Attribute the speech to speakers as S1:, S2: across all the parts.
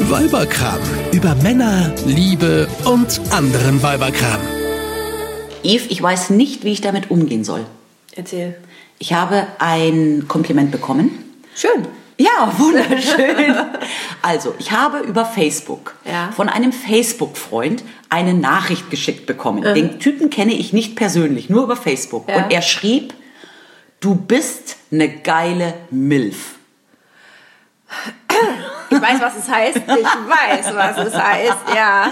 S1: Weiberkram. Über Männer, Liebe und anderen Weiberkram.
S2: Eve, ich weiß nicht, wie ich damit umgehen soll.
S3: Erzähl.
S2: Ich habe ein Kompliment bekommen.
S3: Schön.
S2: Ja, wunderschön. also, ich habe über Facebook
S3: Ja.
S2: von einem Facebook-Freund eine Nachricht geschickt bekommen. Den Typen kenne ich nicht persönlich, nur über Facebook.
S3: Äh. Ja.
S2: Und er schrieb, du bist eine geile Milf.
S3: Ich weiß, was es heißt. Ich weiß, was es heißt. Ja.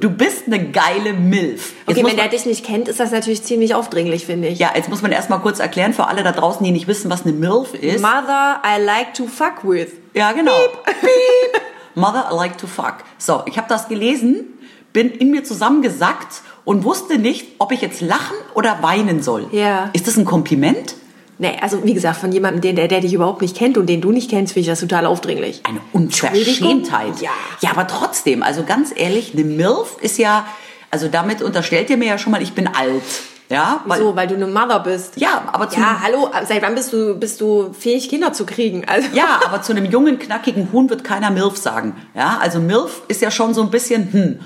S2: Du bist eine geile Milf. Jetzt
S3: Okay,
S2: muss
S3: wenn
S2: man-
S3: der dich nicht kennt, ist das natürlich ziemlich aufdringlich, finde ich.
S2: ja, jetzt muss man erstmal kurz erklären für alle da draußen, die nicht wissen, was eine Milf ist.
S3: Mother, I like to fuck with.
S2: Ja, genau. Piep. Piep. Mother, I like to fuck. So, ich habe das gelesen, bin in mir zusammengesackt und wusste nicht, ob ich jetzt lachen oder weinen soll.
S3: Ja.
S2: Ist das ein Kompliment?
S3: Nee, also wie gesagt, von jemandem, den, der, der dich überhaupt nicht kennt und den du nicht kennst, finde ich das total aufdringlich.
S2: Eine Unverschämtheit.
S3: Ja.
S2: ja, aber trotzdem, also ganz ehrlich, eine MILF ist ja, also damit unterstellt ihr mir ja schon mal, ich bin alt. Ja, weil,
S3: so, weil du eine Mother bist.
S2: ja aber zu
S3: Ja, hallo, seit wann bist du, bist du fähig, Kinder zu kriegen? Also,
S2: Ja, aber zu einem jungen, knackigen Huhn wird keiner MILF sagen. Ja, also MILF ist ja schon so ein bisschen, hm,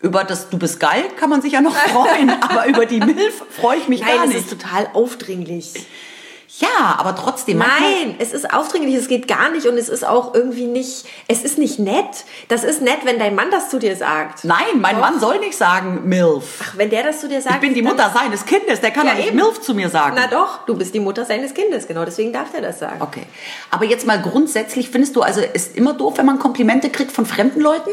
S2: über das Du bist geil kann man sich ja noch freuen, aber über die MILF freue ich mich
S3: Nein,
S2: gar
S3: es
S2: nicht.
S3: ist total aufdringlich.
S2: Ja, aber trotzdem. manchmal-
S3: Nein, es ist aufdringlich, es geht gar nicht und es ist auch irgendwie nicht, es ist nicht nett. Das ist nett, wenn dein Mann das zu dir sagt.
S2: Nein, mein
S3: Doch.
S2: Mann soll nicht sagen MILF.
S3: Wenn der das zu dir sagt.
S2: Ich bin die
S3: dann-
S2: Mutter seines Kindes, der kann
S3: Ja,
S2: doch nicht
S3: eben.
S2: MILF zu mir sagen.
S3: Na doch, du bist die Mutter seines Kindes, genau deswegen darf der das sagen.
S2: Okay. Aber jetzt mal grundsätzlich findest du, also ist immer doof, wenn man Komplimente kriegt von fremden Leuten?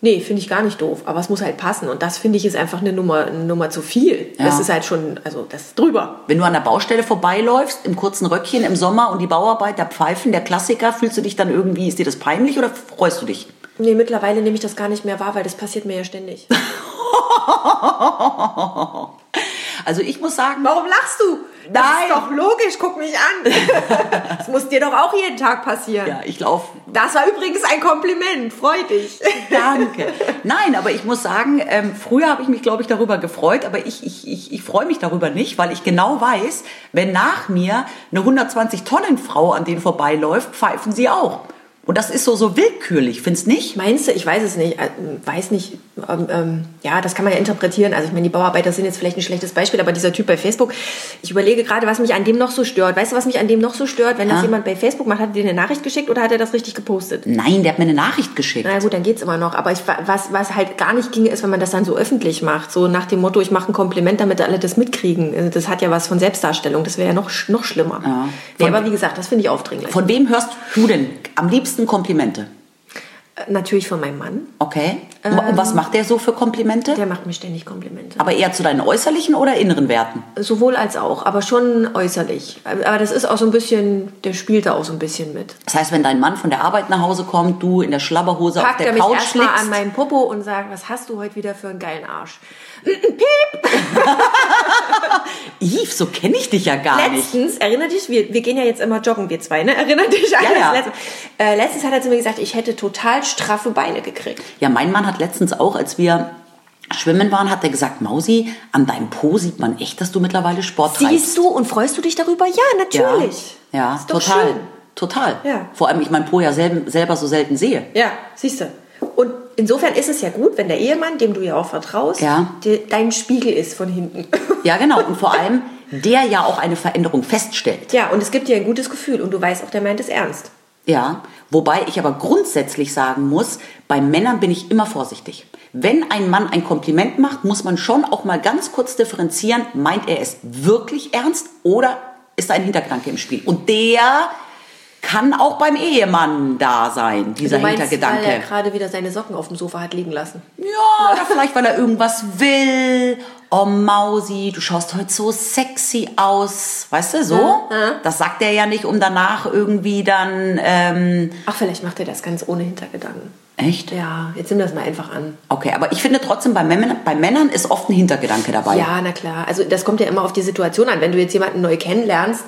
S3: Nee, finde ich gar nicht doof, aber es muss halt passen und das finde ich ist einfach eine Nummer, eine Nummer zu viel.
S2: Ja.
S3: Das ist halt schon, also das ist drüber.
S2: Wenn du an der Baustelle vorbeiläufst, im kurzen Röckchen im Sommer und die Bauarbeiter pfeifen, der Klassiker, fühlst du dich dann irgendwie, ist dir das peinlich oder freust du dich?
S3: Nee, mittlerweile nehme ich das gar nicht mehr wahr, weil das passiert mir ja ständig.
S2: Also ich muss sagen,
S3: Warum lachst du? Das
S2: Nein.
S3: ist doch logisch, guck mich an. das muss dir doch auch jeden Tag passieren.
S2: ja, ich laufe
S3: Das war übrigens ein Kompliment, freu dich.
S2: Danke. Nein, aber ich muss sagen, ähm, früher habe ich mich, glaube ich, darüber gefreut, aber ich, ich, ich, ich freue mich darüber nicht, weil ich genau weiß, wenn nach mir eine 120-Tonnen-Frau an denen vorbeiläuft, pfeifen sie auch. Und das ist so, so willkürlich, findest nicht?
S3: Meinst du, ich weiß es nicht, äh, weiß nicht, ähm, ähm, ja, das kann man ja interpretieren. Also ich meine, die Bauarbeiter sind jetzt vielleicht ein schlechtes Beispiel, aber dieser Typ bei Facebook, ich überlege gerade, was mich an dem noch so stört. Weißt du, was mich an dem noch so stört? Wenn das
S2: Ah.
S3: jemand bei Facebook macht, hat er dir eine Nachricht geschickt oder hat er das richtig gepostet?
S2: Nein, der hat mir eine Nachricht geschickt.
S3: Na gut, dann geht's immer noch. Aber ich, wa- was, was halt gar nicht ginge, ist, wenn man das dann so öffentlich macht. So nach dem Motto, ich mache ein Kompliment, damit alle das mitkriegen. Also Das hat ja was von Selbstdarstellung. Das wäre ja noch, sch- noch schlimmer.
S2: Ja.
S3: Nee,
S2: Ah. Von-
S3: aber wie gesagt, das finde ich aufdringlich.
S2: Von wem hörst du denn am liebsten Komplimente?
S3: Äh, Natürlich von meinem Mann.
S2: Okay. Und was macht der so für Komplimente?
S3: Ähm, Der macht mir ständig Komplimente.
S2: Aber eher zu deinen äußerlichen oder inneren Werten?
S3: Sowohl als auch, aber schon äußerlich. Aber das ist auch so ein bisschen, der spielt da auch so ein bisschen mit.
S2: Das heißt, wenn dein Mann von der Arbeit nach Hause kommt, du in der Schlabberhose auf
S3: Packt
S2: der
S3: er mich
S2: Couch
S3: erstmal
S2: liegst.
S3: an meinen Popo und sagt, was hast du heute wieder für einen geilen Arsch?
S2: Yves, so kenne ich dich ja gar Ah, nicht.
S3: Letztens, erinnert dich, wir, wir gehen ja jetzt immer joggen, wir zwei, ne? Erinnert dich an
S2: Ja,
S3: das
S2: ja.
S3: letzte? Äh, letztens hat er zu mir gesagt, ich hätte total straffe Beine gekriegt.
S2: Ja, mein Mann hat letztens auch, als wir schwimmen waren, hat er gesagt, Mausi, an deinem Po sieht man echt, dass du mittlerweile Sport treibst.
S3: Siehst du und freust du dich darüber? Ja, natürlich.
S2: Ja, ja
S3: ist doch
S2: total.
S3: Schön.
S2: Total.
S3: Ja.
S2: Vor allem, ich mein Po ja selben, selber so selten sehe.
S3: Ja, siehst du. Und insofern ist es ja gut, wenn der Ehemann, dem du ja auch vertraust,
S2: Ja.
S3: dir dein Spiegel ist von hinten.
S2: Ja, genau. Und vor allem, der ja auch eine Veränderung feststellt.
S3: Ja, und es gibt dir ein gutes Gefühl und du weißt auch, der meint es ernst.
S2: Ja, wobei ich aber grundsätzlich sagen muss, bei Männern bin ich immer vorsichtig. Wenn ein Mann ein Kompliment macht, muss man schon auch mal ganz kurz differenzieren, meint er es wirklich ernst oder ist da ein Hintergedanke im Spiel? Und der kann auch beim Ehemann da sein, dieser
S3: weil er
S2: Hintergedanke.
S3: gerade wieder seine Socken auf dem Sofa hat liegen lassen.
S2: Ja, oder vielleicht, weil er irgendwas will. Oh Mausi, du schaust heute so sexy aus. Weißt du, so? Das sagt er ja nicht, um danach irgendwie dann... Ähm,
S3: Ach, vielleicht macht er das ganz ohne Hintergedanken.
S2: echt?
S3: Ja, jetzt nimm das mal einfach an.
S2: Okay, aber ich finde trotzdem, bei Männern, bei Männern ist oft ein Hintergedanke dabei.
S3: Ja, na klar. Also das kommt ja immer auf die Situation an. Wenn du jetzt jemanden neu kennenlernst,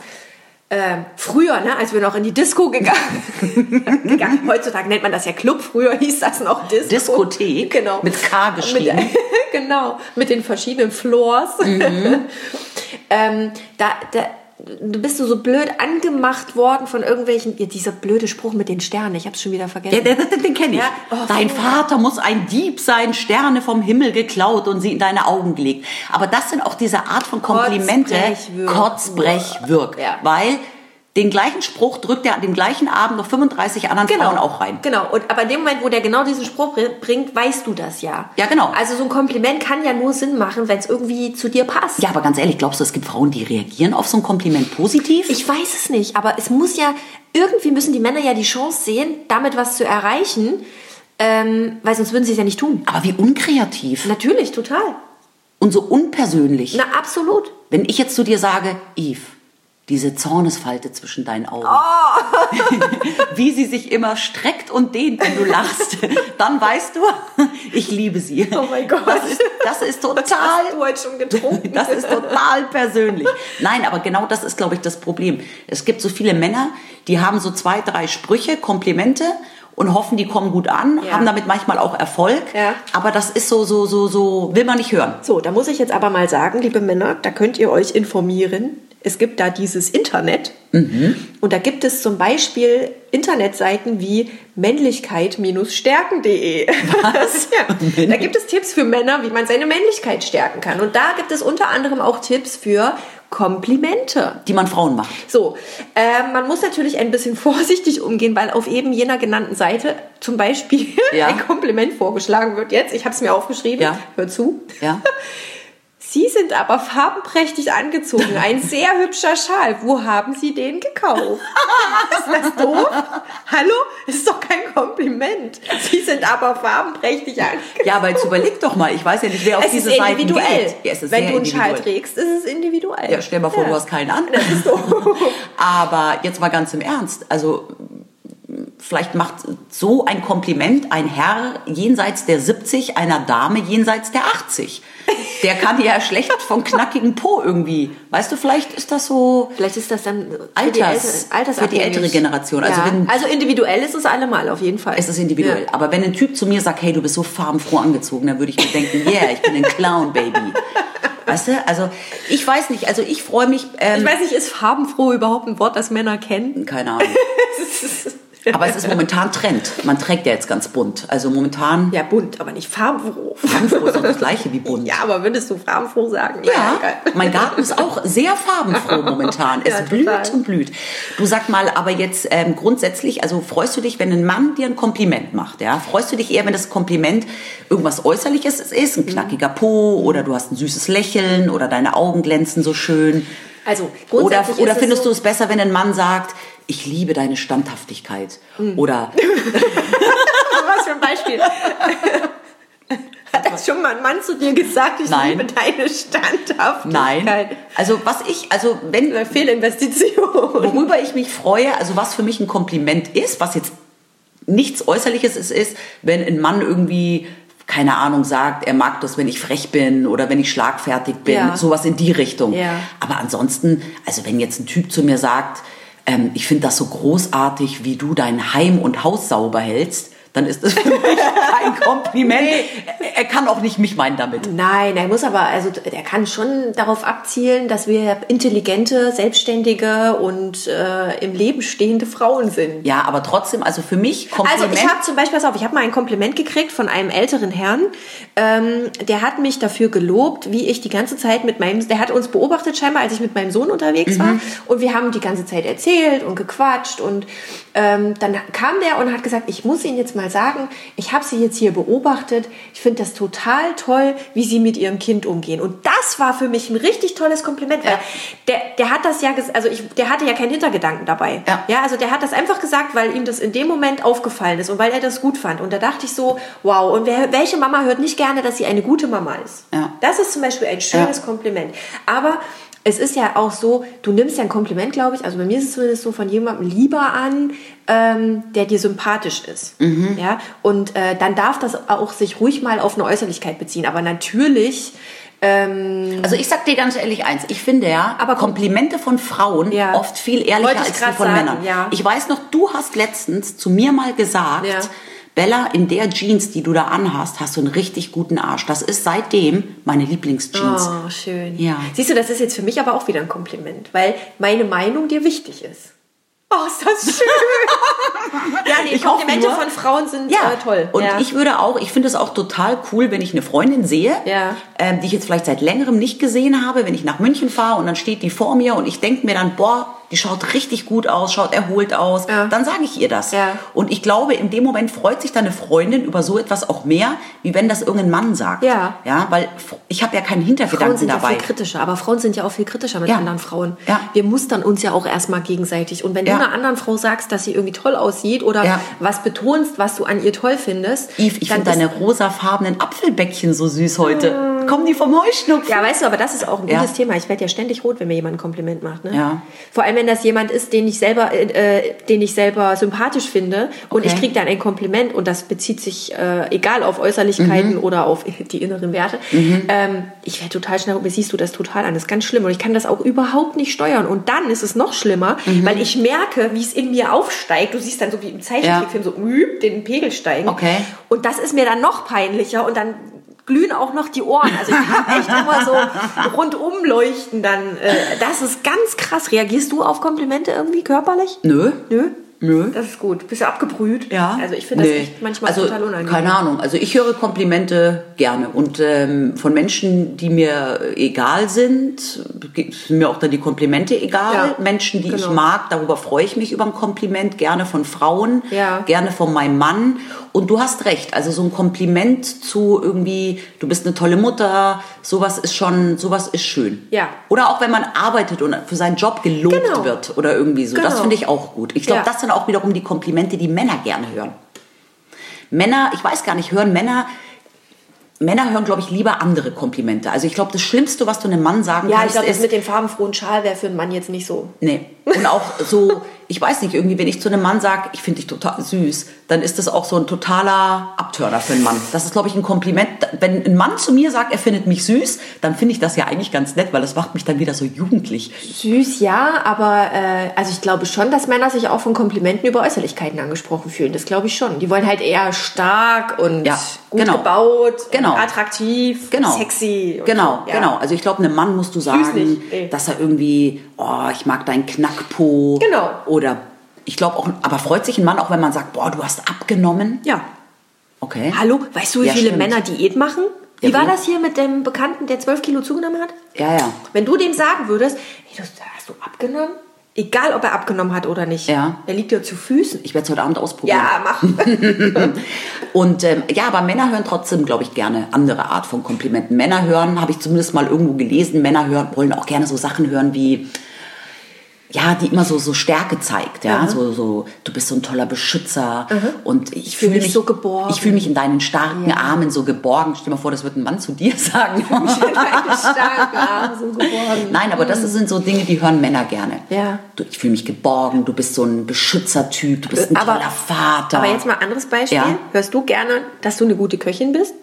S3: ähm, früher, ne, als wir noch in die Disco gegangen, gegangen heutzutage nennt man das ja Club, früher hieß das noch Disco.
S2: Diskothek,
S3: Genau.
S2: mit K geschrieben.
S3: Mit,
S2: Mhm.
S3: genau, mit den verschiedenen Floors. ähm, da, da, du bist so blöd angemacht worden von irgendwelchen, ja, dieser blöde Spruch mit den Sternen, ich hab's schon wieder vergessen.
S2: Ja, den, den, den kenne ich.
S3: Ja. Oh,
S2: Dein
S3: voll.
S2: Vater muss ein Dieb sein, Sterne vom Himmel geklaut und sie in deine Augen gelegt. Aber das sind auch diese Art von Komplimente,
S3: Kotzbrechwirk.
S2: Kotzbrechwirk.
S3: Ja.
S2: Weil den gleichen Spruch drückt er an dem gleichen Abend noch 35 anderen Frauen auch rein.
S3: Genau, und aber in dem Moment, wo der genau diesen Spruch br- bringt, weißt du das ja.
S2: Ja, genau.
S3: Also so ein Kompliment kann ja nur Sinn machen, wenn es irgendwie zu dir passt.
S2: Ja, aber ganz ehrlich, glaubst du, es gibt Frauen, die reagieren auf so ein Kompliment positiv?
S3: Ich weiß es nicht, aber es muss ja, irgendwie müssen die Männer ja die Chance sehen, damit was zu erreichen, ähm, weil sonst würden sie es ja nicht tun.
S2: aber wie unkreativ
S3: Natürlich, total.
S2: und so unpersönlich.
S3: Na, absolut.
S2: Wenn ich jetzt zu dir sage, Eve, diese Zornesfalte zwischen deinen Augen,
S3: Oh.
S2: wie sie sich immer streckt und dehnt, wenn du lachst, dann weißt du, ich liebe sie.
S3: Oh mein Gott.
S2: Das ist, das ist total
S3: heute schon getrunken?
S2: das ist total persönlich. Nein, aber genau das ist, glaube ich, das Problem. Es gibt so viele Männer, die haben so zwei, drei Sprüche, Komplimente und hoffen, die kommen gut an,
S3: Ja.
S2: haben damit manchmal auch Erfolg.
S3: Ja.
S2: Aber das ist so, so, so, so, will man nicht hören.
S3: So, da muss ich jetzt aber mal sagen, liebe Männer, da könnt ihr euch informieren. Es gibt da dieses Internet
S2: Mhm.
S3: und da gibt es zum Beispiel Internetseiten wie männlichkeit-stärken.de. Was? ja. Da gibt es Tipps für Männer, wie man seine Männlichkeit stärken kann. Und da gibt es unter anderem auch Tipps für Komplimente.
S2: Die man Frauen macht.
S3: So, ähm, man muss natürlich ein bisschen vorsichtig umgehen, weil auf eben jener genannten Seite zum Beispiel
S2: Ja.
S3: ein Kompliment vorgeschlagen wird. Jetzt, ich habe es mir aufgeschrieben,
S2: Ja.
S3: hör zu.
S2: Ja.
S3: Sie sind aber farbenprächtig angezogen. Ein sehr hübscher Schal. Wo haben Sie den gekauft? Ist das doof? Hallo? Ist doch kein Kompliment. Sie sind aber farbenprächtig angezogen.
S2: Ja, aber jetzt überleg doch mal, ich weiß ja nicht, wer auf
S3: es ist
S2: diese Seiten geht.
S3: individuell.
S2: Ja, es ist
S3: Wenn
S2: sehr
S3: du einen Schal
S2: individuell.
S3: trägst, ist es individuell.
S2: Ja, stell mal vor,
S3: Ja.
S2: du hast keinen an.
S3: Das ist doof.
S2: Aber jetzt mal ganz im Ernst, also vielleicht macht so ein Kompliment ein Herr jenseits der 70 einer Dame jenseits der 80. Der kann ja schlecht von knackigen Po irgendwie. Weißt du, vielleicht ist das so
S3: Vielleicht ist das dann für die,
S2: Alters-
S3: ältere,
S2: für die ältere Generation. Also
S3: Also, ja.
S2: wenn-
S3: also individuell ist es allemal auf jeden Fall.
S2: es ist individuell.
S3: Ja.
S2: Aber wenn ein Typ zu mir sagt, hey, du bist so farbenfroh angezogen, dann würde ich mir denken, yeah, ich bin ein Clown, Baby. Weißt du, also ich weiß nicht, also ich freue mich. Ähm,
S3: Ich weiß nicht, ist farbenfroh überhaupt ein Wort, das Männer kennen?
S2: keine Ahnung. Aber es ist momentan Trend. Man trägt ja jetzt ganz bunt. Also momentan
S3: Ja, bunt, aber nicht farbenfroh.
S2: farbenfroh ist auch das gleiche wie bunt.
S3: Ja, aber würdest du farbenfroh sagen?
S2: Ja,
S3: egal.
S2: mein Garten ist auch sehr farbenfroh momentan. Es
S3: Ja, total.
S2: blüht und blüht. Du sag mal, aber jetzt ähm, grundsätzlich, also freust du dich, wenn ein Mann dir ein Kompliment macht? Ja, freust du dich eher, wenn das Kompliment irgendwas Äußerliches ist, ein
S3: Mhm.
S2: knackiger Po oder du hast ein süßes Lächeln oder deine Augen glänzen so schön?
S3: Also
S2: Oder,
S3: grundsätzlich
S2: oder
S3: ist es
S2: findest
S3: so-
S2: du es besser, wenn ein Mann sagt, ich liebe deine Standhaftigkeit?
S3: Mhm.
S2: Oder
S3: Was für ein Beispiel. Hat das schon mal ein Mann zu dir gesagt, ich
S2: Nein.
S3: liebe deine Standhaftigkeit?
S2: Nein. Also was ich, also wenn,
S3: Eine Fehlinvestition.
S2: worüber ich mich freue, also was für mich ein Kompliment ist, was jetzt nichts Äußerliches ist, ist, wenn ein Mann irgendwie, keine Ahnung, sagt, er mag das, wenn ich frech bin oder wenn ich schlagfertig bin,
S3: Ja.
S2: sowas in die Richtung.
S3: Ja.
S2: Aber ansonsten, also wenn jetzt ein Typ zu mir sagt, ähm, ich finde das so großartig, wie du dein Heim und Haus sauber hältst, dann ist das für mich kein Kompliment. Er, er kann auch nicht mich meinen damit.
S3: Nein, er muss aber, also der kann schon darauf abzielen, dass wir intelligente, selbstständige und äh, im Leben stehende Frauen sind.
S2: Ja, aber trotzdem, also für mich
S3: Also
S2: Kompliment.
S3: ich habe zum Beispiel, pass auf, ich habe mal ein Kompliment gekriegt von einem älteren Herrn. Ähm, der hat mich dafür gelobt, wie ich die ganze Zeit mit meinem, der hat uns beobachtet scheinbar, als ich mit meinem Sohn unterwegs
S2: Mhm.
S3: war. Und wir haben die ganze Zeit erzählt und gequatscht. Und ähm, dann kam der und hat gesagt, ich muss Ihnen jetzt mal sagen, ich habe Sie jetzt hier beobachtet. Ich finde das total toll, wie Sie mit Ihrem Kind umgehen. Und das war für mich ein richtig tolles Kompliment. Weil der, der hat das ja, ges- also ich, der hatte ja keinen Hintergedanken dabei.
S2: Ja.
S3: ja, also der hat das einfach gesagt, weil ihm das in dem Moment aufgefallen ist und weil er das gut fand. Und da dachte ich so, wow, und wer, welche Mama hört nicht gerne, dass sie eine gute Mama ist?
S2: Ja.
S3: Das ist zum Beispiel ein schönes
S2: Ja.
S3: Kompliment. Aber es ist ja auch so, du nimmst ja ein Kompliment, glaube ich, also bei mir ist es zumindest so, von jemandem lieber an, ähm, der dir sympathisch ist.
S2: Mhm.
S3: Ja? Und äh, dann darf das auch sich ruhig mal auf eine Äußerlichkeit beziehen. Aber natürlich, ähm,
S2: Also ich sag dir ganz ehrlich eins, ich finde ja,
S3: Aber kom-
S2: Komplimente von Frauen
S3: Ja.
S2: oft viel ehrlicher
S3: Wollte ich
S2: als die
S3: grad
S2: von
S3: sagen,
S2: Männern.
S3: ja.
S2: Ich weiß noch, du hast letztens zu mir mal gesagt,
S3: Ja.
S2: Bella, in der Jeans, die du da anhast, hast du einen richtig guten Arsch. Das ist seitdem meine Lieblingsjeans.
S3: Oh, schön.
S2: Ja.
S3: Siehst du, das ist jetzt für mich aber auch wieder ein Kompliment, weil meine Meinung dir wichtig ist. Oh, ist das schön. ja, nee,
S2: Ich hoffe
S3: Komplimente
S2: nur-
S3: von Frauen sind
S2: Ja,
S3: äh, toll.
S2: und
S3: ja.
S2: ich würde auch, ich finde es auch total cool, wenn ich eine Freundin sehe,
S3: Ja.
S2: ähm, die ich jetzt vielleicht seit längerem nicht gesehen habe, wenn ich nach München fahre und dann steht die vor mir und ich denke mir dann, boah, die schaut richtig gut aus, schaut erholt aus,
S3: Ja.
S2: dann sage ich ihr das.
S3: Ja.
S2: Und ich glaube, in dem Moment freut sich deine Freundin über so etwas auch mehr, wie wenn das irgendein Mann sagt.
S3: Ja.
S2: Ja, weil ich habe ja keinen
S3: Frauen
S2: Hintergedanken
S3: sind
S2: dabei.
S3: ja viel kritischer, aber Frauen sind ja auch viel kritischer mit
S2: Ja.
S3: anderen Frauen.
S2: Ja.
S3: Wir mustern uns ja auch erstmal gegenseitig. Und wenn
S2: Ja.
S3: du einer anderen Frau sagst, dass sie irgendwie toll aussieht oder
S2: Ja.
S3: was betonst, was du an ihr toll findest,
S2: Yves, ich
S3: dann
S2: finde deine rosafarbenen Apfelbäckchen so süß
S3: Ah.
S2: heute. Kommen die vom Heuschnupfen?
S3: Ja, weißt du, aber das ist auch ein
S2: Ja.
S3: gutes Thema. Ich werde ja ständig rot, wenn mir jemand ein Kompliment macht. Ne?
S2: Ja.
S3: Vor allem, wenn das jemand ist, den ich selber, äh, äh, den ich selber sympathisch finde und
S2: Okay.
S3: ich kriege dann ein Kompliment und das bezieht sich äh, egal auf Äußerlichkeiten
S2: Mhm.
S3: oder auf die inneren Werte. Ähm, ich werde total schnell, mir siehst du das total an. Das ist ganz schlimm und ich kann das auch überhaupt nicht steuern. Und dann ist es noch schlimmer,
S2: Mhm.
S3: weil ich merke, wie es in mir aufsteigt. Du siehst dann so wie im Zeichentrickfilm so üb, den Pegel steigen.
S2: Okay.
S3: Und das ist mir dann noch peinlicher und dann glühen auch noch die Ohren. Also ich hab echt immer so rundum leuchten dann. Äh, das ist ganz krass. Reagierst du auf Komplimente irgendwie körperlich?
S2: Nö.
S3: Nö?
S2: Nö.
S3: Das ist gut. Bist du abgebrüht?
S2: Ja.
S3: Also ich finde das
S2: Nee.
S3: echt manchmal
S2: also,
S3: total unangenehm.
S2: Keine Ahnung. Also ich höre Komplimente gerne. Und ähm, von Menschen, die mir egal sind, ge- sind mir auch dann die Komplimente egal.
S3: Ja,
S2: Menschen, die ich
S3: genau.
S2: mag, darüber freue ich mich über ein Kompliment. Gerne von Frauen,
S3: Ja.
S2: gerne von meinem Mann. Und du hast recht. Also so ein Kompliment zu irgendwie, du bist eine tolle Mutter, sowas ist schon, sowas ist schön.
S3: Ja.
S2: Oder auch wenn man arbeitet und für seinen Job gelobt
S3: Genau.
S2: wird oder irgendwie so. Das
S3: Genau.
S2: finde ich auch gut. Ich glaube,
S3: Ja.
S2: das sind auch wiederum die Komplimente, die Männer gerne hören. Männer, ich weiß gar nicht, hören Männer, Männer hören, glaube ich, lieber andere Komplimente. Also ich glaube, das Schlimmste, was du einem Mann sagen
S3: ja, ich
S2: kannst,
S3: glaube, das
S2: ist,
S3: mit dem farbenfrohen Schal wäre für einen Mann jetzt nicht so.
S2: nee. Und auch so, ich weiß nicht, irgendwie, wenn ich zu einem Mann sage, ich finde dich total süß, dann ist das auch so ein totaler Abtörner für einen Mann. Das ist, glaube ich, ein Kompliment. Wenn ein Mann zu mir sagt, er findet mich süß, dann finde ich das ja eigentlich ganz nett, weil das macht mich dann wieder so jugendlich.
S3: Süß, ja, aber äh, also ich glaube schon, dass Männer sich auch von Komplimenten über Äußerlichkeiten angesprochen fühlen. Das glaube ich schon. Die wollen halt eher stark und
S2: Ja,
S3: gut
S2: genau.
S3: gebaut,
S2: Genau.
S3: attraktiv,
S2: genau.
S3: sexy. und
S2: Genau,
S3: so, ja.
S2: genau. Also ich glaube, einem Mann musst du sagen,
S3: nicht, nee.
S2: dass er irgendwie, oh, ich mag deinen Knackpo.
S3: Genau.
S2: Oder ich glaube auch, aber freut sich ein Mann auch, wenn man sagt, boah, du hast abgenommen?
S3: Ja,
S2: Okay.
S3: Hallo, weißt du, wie
S2: Ja,
S3: viele
S2: stimmt.
S3: Männer Diät machen? Wie
S2: Ja,
S3: war
S2: wie?
S3: das hier mit dem Bekannten, der 12 Kilo zugenommen hat?
S2: Ja, ja.
S3: Wenn du dem sagen würdest, hey, das hast du abgenommen? Egal, ob er abgenommen hat oder nicht.
S2: Ja.
S3: Er liegt dir zu Füßen.
S2: Ich werde es heute Abend ausprobieren.
S3: Ja, mach.
S2: Und ähm, ja, aber Männer hören trotzdem, glaube ich, gerne andere Art von Komplimenten. Männer hören, habe ich zumindest mal irgendwo gelesen, Männer hören, wollen auch gerne so Sachen hören wie, ja, die immer so, so Stärke zeigt. Ja,
S3: Mhm.
S2: so, so, du bist so ein toller Beschützer und ich fühle
S3: mich
S2: mich,
S3: so geborgen.
S2: Ich fühle mich in deinen starken Armen so geborgen. Stell dir mal vor, das wird ein Mann zu dir sagen.
S3: Deine starken Arme sind geworden.
S2: Nein, aber das sind so Dinge, die hören Männer gerne.
S3: Mhm. Ja.
S2: Du, ich fühle mich geborgen, du bist so ein Beschützertyp, du bist ein
S3: Aber-
S2: toller Vater.
S3: Aber jetzt mal anderes Beispiel.
S2: Ja.
S3: Hörst du gerne, dass du eine gute Köchin bist?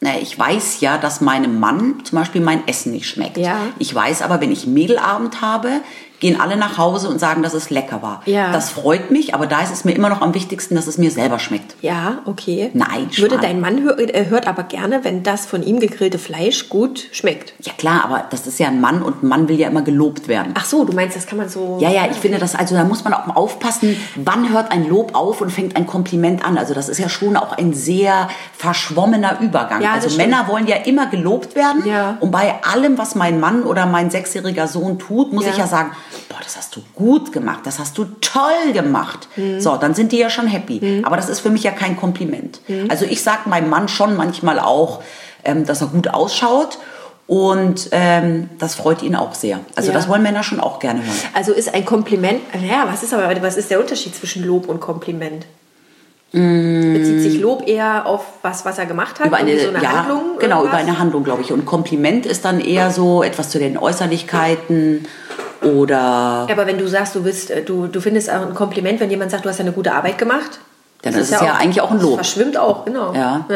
S2: Na, ich weiß ja, dass meinem Mann zum Beispiel mein Essen nicht schmeckt.
S3: Ja.
S2: Ich weiß aber, wenn ich Mädelabend habe, gehen alle nach Hause und sagen, dass es lecker war.
S3: Ja.
S2: Das freut mich, aber da ist es mir immer noch am wichtigsten, dass es mir selber schmeckt.
S3: Ja, okay.
S2: Nein,
S3: Würde
S2: Schmarrn.
S3: dein Mann hör, äh, hört aber gerne, wenn das von ihm gegrillte Fleisch gut schmeckt.
S2: Ja klar, aber das ist ja ein Mann und ein Mann will ja immer gelobt werden.
S3: Ach so, du meinst, das kann man so.
S2: Ja, ja, ich finde das, also da muss man auch mal aufpassen, wann hört ein Lob auf und fängt ein Kompliment an. Also das ist ja schon auch ein sehr verschwommener Übergang.
S3: Ja, das
S2: also
S3: stimmt.
S2: Männer wollen ja immer gelobt werden.
S3: Ja.
S2: Und bei allem, was mein Mann oder mein sechsjähriger Sohn tut, muss
S3: Ja.
S2: ich ja sagen, boah, das hast du gut gemacht, das hast du toll gemacht.
S3: Mhm.
S2: So, dann sind die ja schon happy. Aber das ist für mich ja kein Kompliment.
S3: Mhm.
S2: Also ich sage meinem Mann schon manchmal auch, ähm, dass er gut ausschaut. Und ähm, das freut ihn auch sehr. Also
S3: Ja.
S2: das wollen Männer schon auch gerne hören.
S3: Also ist ein Kompliment, naja, was ist aber, was ist der Unterschied zwischen Lob und Kompliment? Bezieht sich Lob eher auf was, was er gemacht hat?
S2: Mm. über eine,
S3: irgendwie so eine
S2: ja,
S3: Handlung?
S2: genau, über
S3: irgendwas?
S2: eine Handlung, glaube ich. Und Kompliment ist dann eher so etwas zu den Äußerlichkeiten oder
S3: Ja, aber wenn du sagst, du, bist, äh, du, du findest auch ein Kompliment, wenn jemand sagt, du hast ja eine gute Arbeit gemacht,
S2: Dann ist es ja eigentlich auch ein Lob.
S3: Das verschwimmt auch, genau.
S2: Ja.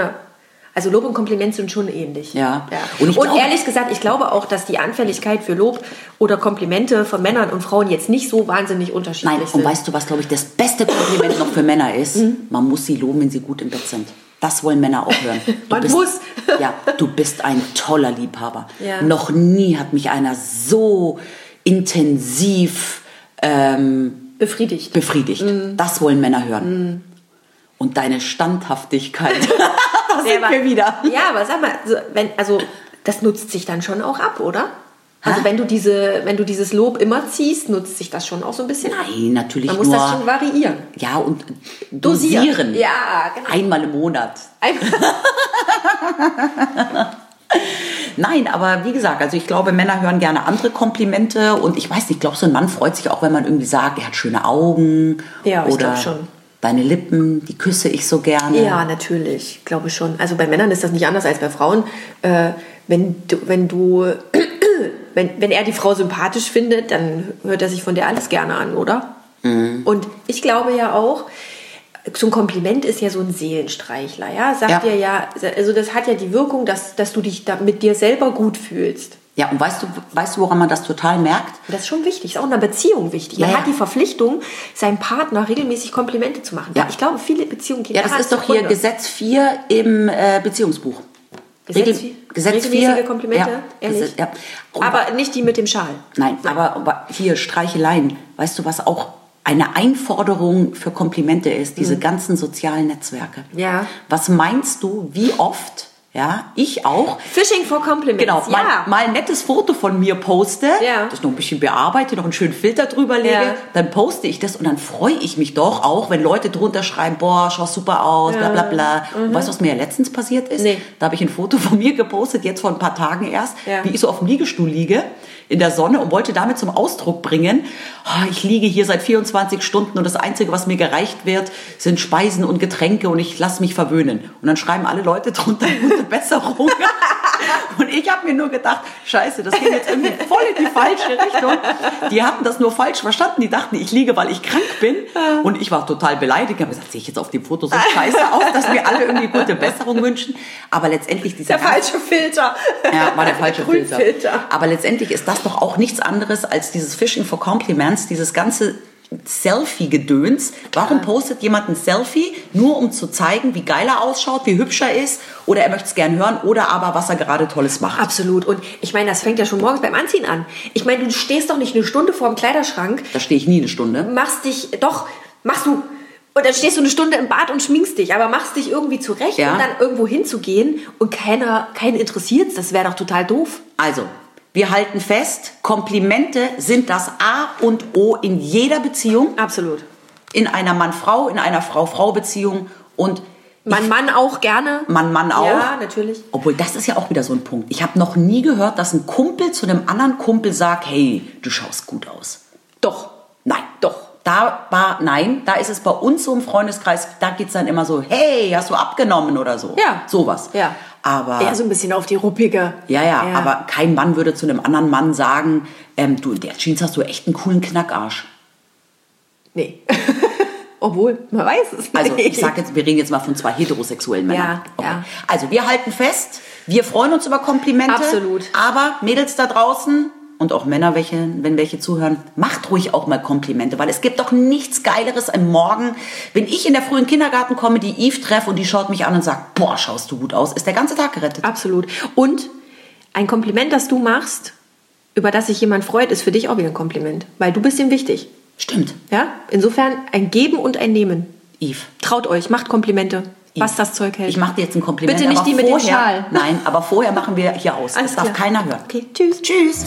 S3: also Lob und Kompliment sind schon ähnlich.
S2: Ja. Und
S3: Und,
S2: ich glaube-
S3: ehrlich gesagt, ich glaube auch, dass die Anfälligkeit für Lob oder Komplimente von Männern und Frauen jetzt nicht so wahnsinnig unterschiedlich
S2: Nein,
S3: sind.
S2: und weißt du, was, glaube ich, das beste Kompliment noch für Männer ist?
S3: Mhm.
S2: Man muss sie loben, wenn sie gut im Bett sind. Das wollen Männer auch hören. Du
S3: Man muss.
S2: ja, du bist ein toller Liebhaber.
S3: Ja.
S2: Noch nie hat mich einer so intensiv ähm,
S3: Befriedigt.
S2: befriedigt.
S3: Mhm.
S2: Das wollen Männer hören. Und deine Standhaftigkeit. da sind
S3: aber-
S2: wir wieder.
S3: Ja, aber sag mal, so, wenn, also das nutzt sich dann schon auch ab, oder? Also
S2: Hä?
S3: wenn du, diese, wenn du dieses Lob immer ziehst, nutzt sich das schon auch so ein bisschen ab.
S2: Nein, natürlich
S3: Man muss
S2: nur.
S3: das schon variieren.
S2: ja, und dosieren.
S3: Ja, genau.
S2: Einmal im Monat.
S3: Einfach-
S2: Nein, aber wie gesagt, also ich glaube, Männer hören gerne andere Komplimente und ich weiß nicht, ich glaube, so ein Mann freut sich auch, wenn man irgendwie sagt, er hat schöne Augen
S3: Ja, ich
S2: oder
S3: glaub schon.
S2: deine Lippen, die küsse ich so gerne.
S3: Ja, natürlich, glaube schon. Also bei Männern ist das nicht anders als bei Frauen. Äh, wenn du, wenn du, wenn, wenn er die Frau sympathisch findet, dann hört er sich von der alles gerne an, oder?
S2: Mhm.
S3: Und ich glaube ja auch, so ein Kompliment ist ja so ein Seelenstreichler, ja? Sagt
S2: Ja.
S3: dir ja, also das hat ja die Wirkung, dass, dass du dich da mit dir selber gut fühlst.
S2: Ja, und weißt du, weißt du, woran man das total merkt?
S3: Und Das ist schon wichtig, ist auch in einer Beziehung wichtig. Man
S2: Ja, ja.
S3: hat die Verpflichtung, seinem Partner regelmäßig Komplimente zu machen.
S2: Ja.
S3: Ich glaube, viele Beziehungen gehen
S2: Ja, das
S3: daran
S2: ist doch hier
S3: zugrunde.
S2: Gesetz 4 im äh, Beziehungsbuch.
S3: Gesetz
S2: Regel-
S3: vier-
S2: Gesetz
S3: regelmäßige
S2: 4.
S3: Komplimente,
S2: Ja,
S3: ehrlich?
S2: Gesetz- ja. Und
S3: Aber nicht die mit dem Schal.
S2: Nein, aber, aber hier Streicheleien. Weißt du, was auch eine Einforderung für Komplimente ist? Diese ganzen sozialen Netzwerke.
S3: Mhm. Ja.
S2: Was meinst du, wie oft, ja, ich auch,
S3: Fishing for Compliments.
S2: genau, mal,
S3: ja.
S2: mal ein nettes Foto von mir poste,
S3: Ja.
S2: das noch ein bisschen bearbeite, noch einen schönen Filter drüber lege,
S3: Ja.
S2: dann poste ich das und dann freue ich mich doch auch, wenn Leute drunter schreiben, boah, schaust super aus, bla bla bla. Und weißt du, was mir ja letztens passiert ist?
S3: Mhm. Nee.
S2: Da habe ich ein Foto von mir gepostet, jetzt vor ein paar Tagen erst,
S3: Ja.
S2: wie ich so auf dem Liegestuhl liege in der Sonne und wollte damit zum Ausdruck bringen, ah, ich liege hier seit 24 Stunden und das Einzige, was mir gereicht wird, sind Speisen und Getränke und ich lasse mich verwöhnen. Und dann schreiben alle Leute drunter gute Besserung. Und ich habe mir nur gedacht, scheiße, das ging jetzt irgendwie voll in die falsche Richtung. Die hatten das nur falsch verstanden. Die dachten, ich liege, weil ich krank bin. Und ich war total beleidigt. Ich habe gesagt, sehe ich jetzt auf dem Foto so scheiße aus, dass mir alle irgendwie gute Besserung wünschen. Aber letztendlich dieser
S3: der falsche Filter.
S2: ja, war der falsche Filter.
S3: Grünfilter.
S2: Aber letztendlich ist das doch auch nichts anderes als dieses Fishing for Compliments, dieses ganze Selfie-Gedöns. Warum postet jemand ein Selfie? Nur um zu zeigen, wie geil er ausschaut, wie hübsch er ist oder er möchte es gern hören oder aber was er gerade Tolles macht.
S3: Absolut. Und ich meine, das fängt ja schon morgens beim Anziehen an. Ich meine, du stehst doch nicht eine Stunde vor dem Kleiderschrank,
S2: Da stehe ich nie eine Stunde.
S3: machst dich, doch, machst du. Und dann stehst du eine Stunde im Bad und schminkst dich, aber machst dich irgendwie zurecht,
S2: Ja.
S3: um dann irgendwo hinzugehen und keiner, keinen interessiert Das wäre doch total doof.
S2: Also, wir halten fest, Komplimente sind das A und O in jeder Beziehung,
S3: Absolut.
S2: in einer Mann-Frau, in einer Frau-Frau-Beziehung und
S3: Mein Mann auch gerne.
S2: Mann, Mann auch.
S3: Ja, natürlich.
S2: Obwohl, das ist ja auch wieder so ein Punkt. Ich habe noch nie gehört, dass ein Kumpel zu einem anderen Kumpel sagt, hey, du schaust gut aus.
S3: Doch.
S2: Nein, doch. Da war, nein, da ist es bei uns so im Freundeskreis, da geht es dann immer so, hey, hast du abgenommen oder so.
S3: Ja.
S2: Sowas.
S3: Ja. also,
S2: Aber,
S3: Eher so ein bisschen auf die ruppige.
S2: ja, ja, aber kein Mann würde zu einem anderen Mann sagen, ähm, du, in der Jeans hast du echt einen coolen Knackarsch.
S3: Nee. Obwohl, man weiß es nicht.
S2: Also ich sage jetzt, wir reden jetzt mal von zwei heterosexuellen Männern.
S3: Ja, ja.
S2: Also wir halten fest, wir freuen uns über Komplimente.
S3: Absolut.
S2: Aber Mädels da draußen und auch Männer, welche, wenn welche zuhören, macht ruhig auch mal Komplimente, weil es gibt doch nichts Geileres am Morgen, wenn ich in der frühen Kindergarten komme, die Eve treffe und die schaut mich an und sagt, boah, schaust du gut aus, ist der ganze Tag gerettet.
S3: Absolut. Und ein Kompliment, das du machst, über das sich jemand freut, ist für dich auch wieder ein Kompliment, weil du bist ihm wichtig.
S2: Stimmt,
S3: Ja? Insofern ein Geben und ein Nehmen.
S2: Eve.
S3: Traut euch, macht Komplimente,
S2: Eve,
S3: was das Zeug hält.
S2: Ich mache dir jetzt ein Kompliment.
S3: Bitte nicht
S2: aber
S3: die mit dem
S2: vorher,
S3: Schal.
S2: Nein, aber vorher machen wir hier aus.
S3: Alles
S2: das darf
S3: klar.
S2: keiner hören.
S3: Okay, tschüss.
S2: Tschüss.